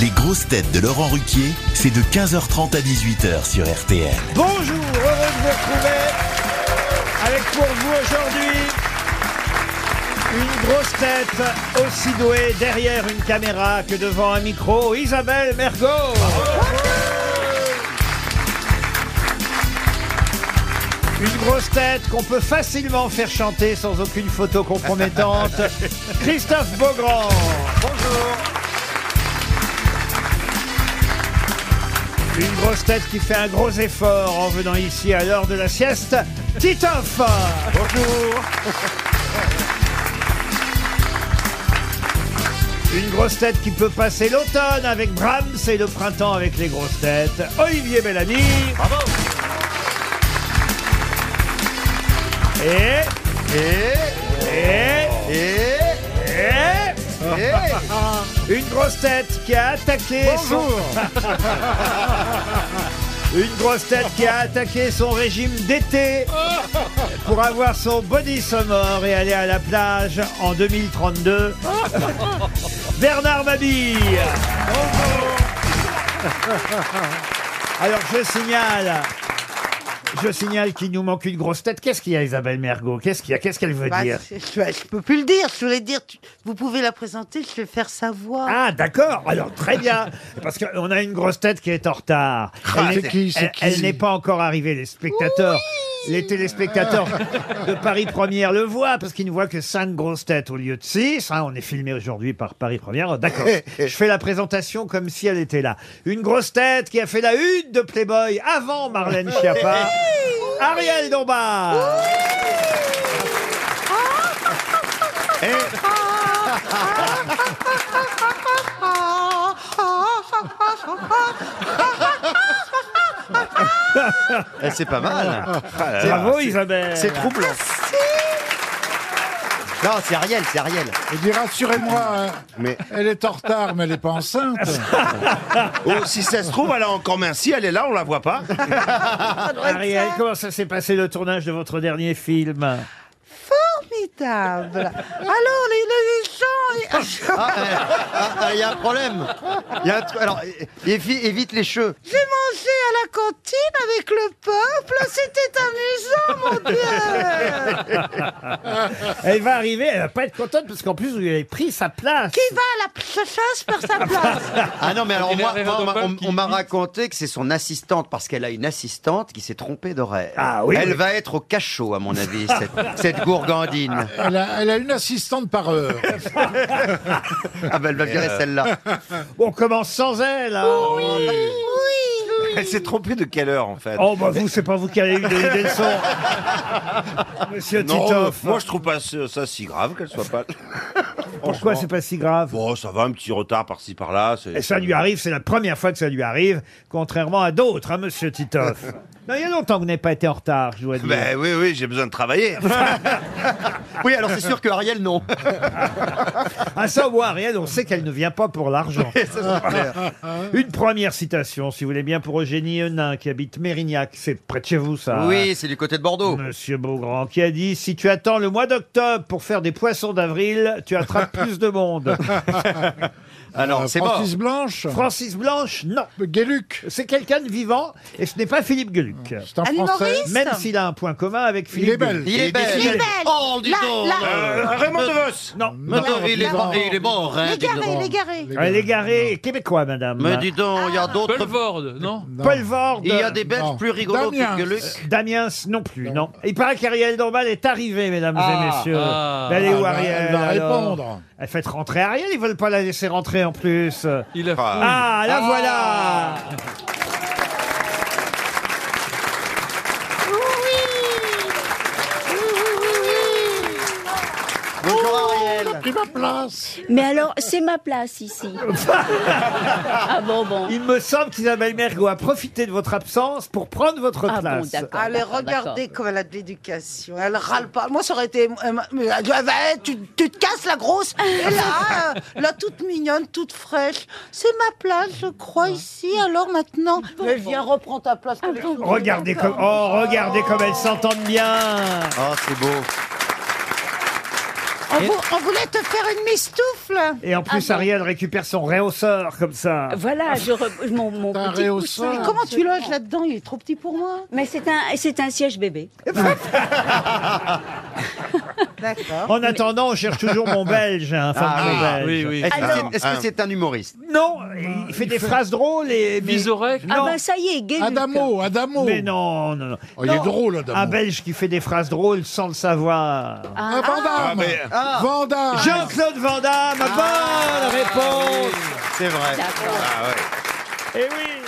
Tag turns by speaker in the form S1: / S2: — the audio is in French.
S1: Les grosses têtes de Laurent Ruquier, c'est de 15h30 à 18h sur RTL.
S2: Bonjour, heureux de vous retrouver avec pour vous aujourd'hui une grosse tête aussi douée derrière une caméra que devant un micro, Isabelle Mergot. Une grosse tête qu'on peut facilement faire chanter sans aucune photo compromettante, Christophe Beaugrand. Bonjour. Une grosse tête qui fait un gros effort en venant ici à l'heure de la sieste, Titoff Bonjour Une grosse tête qui peut passer l'automne avec Brahms et le printemps avec les grosses têtes, Olivier Bellamy Bravo Et... Oh. Et... Et... Et... et... Une grosse tête qui a attaqué son- Une grosse tête qui a attaqué son régime d'été pour avoir son body summer et aller à la plage en 2032. Bernard Mabille. Alors je signale. Je signale qu'il nous manque une grosse tête. Qu'est-ce qu'il y a, Isabelle Mergot Qu'est-ce qu'il y a Qu'est-ce qu'elle veut
S3: Bah,
S2: dire
S3: c'est- je, je peux plus le dire. Je voulais dire, tu- vous pouvez la présenter, je vais faire savoir.
S2: Ah, d'accord. Alors, très bien. Parce qu'on a une grosse tête qui est en retard.
S4: Ah,
S2: Elle
S4: c'est
S2: n'est-
S4: qui, c'est
S2: elle-
S4: qui
S2: elle n'est pas encore arrivée, les spectateurs. Les téléspectateurs de Paris Première le voient parce qu'ils ne voient que cinq grosses têtes au lieu de six. hein. on est filmé aujourd'hui par Paris Première. Oh, D'accord. Je fais la présentation comme si elle était là. Une grosse tête qui a fait la une de Playboy avant Marlène Schiappa. Ariel Dombard.
S3: Ah,
S5: Eh, c'est pas mal. Ah là là.
S2: Bravo
S5: C'est-
S2: Isabelle.
S5: C'est troublant. Non, c'est Ariel, c'est Ariel.
S4: Il dit rassurez-moi, hein,
S5: Mais
S4: elle est en retard, mais elle n'est pas enceinte.
S5: oh, si ça se trouve, elle a encore minci, elle est là, on la voit pas.
S2: Ah, Ariel, comment ça s'est passé le tournage de votre dernier film
S3: Formidable. Alors, les, les gens, ils-
S5: Ah, Il y a un problème. Il y a un tru- alors, é- évi- évite les cheveux.
S3: j'ai mangé à la cantine avec le peuple. C'était amusant, mon Dieu.
S2: Elle va arriver, elle va pas être contente parce qu'en plus vous lui avez pris sa place.
S3: Qui va à la p- chasse par sa place
S5: Ah non, mais alors, moi,
S6: rêvé
S5: moi,
S6: de
S5: on m'a-
S6: peuple
S5: on,
S6: qui
S5: on m'a raconté que c'est son assistante, parce qu'elle a une assistante qui s'est trompée d'horaire.
S2: Ah oui,
S5: Elle
S2: oui.
S5: va être au cachot, à mon avis, cette, cette gourgandine.
S4: Elle a, elle a une assistante par heure.
S5: Ah ben, elle va virer celle-là.
S2: On commence sans elle. hein.
S7: Elle s'est trompée de quelle heure en fait
S2: Oh bah vous, c'est pas vous qui avez eu des des leçons. Monsieur
S7: Non,
S2: Titoff,
S7: moi je trouve pas ça ça si grave qu'elle soit pas.
S2: pourquoi c'est pas si grave
S7: Bon, ça va, un petit retard par-ci par-là. c'est-
S2: Et ça lui arrive, c'est la première fois que ça lui arrive, contrairement à d'autres, hein, monsieur Titoff. Non, il y a longtemps que vous n'avez pas été en retard, je dois dire.
S7: Ben oui, oui, j'ai besoin de travailler.
S5: Oui, alors c'est sûr que Ariel, non.
S2: À savoir, Ariel, on sait qu'elle ne vient pas pour l'argent. Une première citation, si vous voulez bien, pour Eugénie Henin, qui habite Mérignac. C'est près de chez vous, ça.
S5: Oui, c'est du côté de Bordeaux.
S2: Monsieur Beaugrand qui a dit si tu attends le mois d'octobre pour faire des poissons d'avril, tu attrapes plus de monde.
S5: Alors, Ah, c'est mort.
S4: Euh, Francis Blanche,
S2: Francis Blanche, non.
S4: Guéluc,
S2: C'est quelqu'un de vivant et ce n'est pas Philippe Geluc.
S4: c'est un
S3: Anne
S4: français.
S3: Maurice
S2: Même s'il a un point commun avec Philippe.
S4: Ah. est belle.
S2: Gueluc.
S5: Il est belle.
S3: Il est belle.
S5: Oh, dis
S3: Là,
S5: donc.
S3: là.
S7: Euh, Raymond DeVos
S2: Non.
S4: Non,
S5: il, est mort, il est mort, hein,
S3: Les garés,
S5: dis
S3: les
S5: donc. Ah.
S3: garés.
S2: Elle est garée québécois, madame.
S5: Mais dis donc, il y a d'autres.
S6: Pelvorde, non
S4: Non.
S2: Paul Vorde.
S5: Il y a des Belges
S4: Non.
S5: plus rigolos
S4: Damiens.
S5: que Luc.
S2: Damiens non plus, non. Il paraît qu'Ariel Dombal est arrivée, mesdames et
S5: Ah.
S2: messieurs.
S6: Ah.
S2: Mais elle est
S4: Ah,
S2: où,
S4: bah,
S2: Ariel
S4: elle va
S2: alors
S4: répondre.
S2: Elle fait rentrer Ariel, ils veulent pas la laisser rentrer en plus.
S6: Il a
S2: Ah, la voilà
S5: Bonjour Ariel.
S4: Pris ma place.
S8: Mais alors, c'est ma place ici. ah bon, bon.
S2: Il me semble qu'Isabelle Mergo a profité de votre absence pour prendre votre
S8: Ah bon,
S2: place.
S8: d'accord.
S3: Allez,
S8: d'accord,
S3: regardez
S8: d'accord.
S3: comme elle a de l'éducation. Elle râle pas. Moi, ça aurait été. euh, ma- mais elle dit, Ah, bah, tu, tu te casses, la grosse. Et là, euh, là, toute mignonne, toute fraîche. C'est ma place, je crois, ici. Alors maintenant, mais viens, reprends ta
S8: Ah
S3: place. que les autres-
S2: regardez comme
S5: Ah,
S2: oh, regardez comme elles s'entendent bien.
S5: Oh, c'est beau.
S3: On, vou- on voulait te faire une mistoufle.
S2: Et en plus,
S8: Ah, mais-
S2: Ariel récupère son réhausseur comme ça.
S8: Voilà, je re- mon, mon
S4: T'as un
S8: petit
S4: réhausseur.
S8: coussin.
S4: Mais
S3: Comment tu
S8: Absolument.
S3: loges là-dedans Il est trop petit pour moi.
S8: Mais c'est un, c'est un siège bébé.
S3: D'accord.
S2: En attendant, on cherche toujours mon belge. hein, enfin,
S5: Ah,
S2: mon
S5: oui,
S2: belge.
S5: Est-ce que
S8: Alors-
S5: c'est- est-ce
S7: ah,
S5: que c'est un humoriste
S2: Non, il fait des phrases drôles et. mais-
S6: Visorek
S8: Ah
S2: Non.
S8: ben ça y est, Guéluc.
S4: Adamo, Adamo.
S2: Mais non, Ah, ben- non, non.
S4: Oh, il est
S2: Non,
S4: drôle, Adamo.
S2: Un Belge qui fait des phrases drôles sans le savoir.
S4: Ah, Van Damme.
S7: mais-
S4: Van Damme.
S8: Ah.
S2: Jean-Claude Van Damme, bonne réponse
S5: C'est vrai.
S8: D'accord.
S7: Ah ouais.
S2: Eh oui